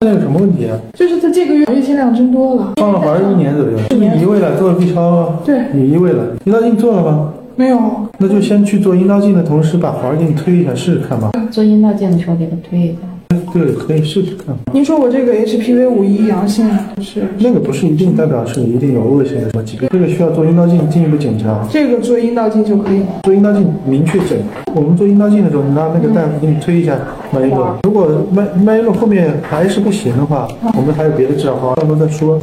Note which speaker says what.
Speaker 1: 那有什么问题啊？
Speaker 2: 就是他这个月月经量真多了，
Speaker 1: 放了怀一年左右，是你移位了，做了 B 超啊？
Speaker 2: 对
Speaker 1: 你移位了，阴道镜做了吗？
Speaker 2: 没有，
Speaker 1: 那就先去做阴道镜的同时，把环给你推一下试试看吧。
Speaker 3: 做阴道镜的时候给它推一下。
Speaker 1: 对，可以试试看。
Speaker 2: 您说我这个 HPV 五一阳性是
Speaker 1: 那个不是一定代表是你一定有恶性的什么疾病，这个需要做阴道镜进一步检查。
Speaker 2: 这个做阴道镜就可以了。
Speaker 1: 做阴道镜明确诊，我们做阴道镜的时候，你让那个大夫给你推一下脉一轮。如果脉脉一轮后面还是不行的话，我们还有别的治疗方案，到时候再说。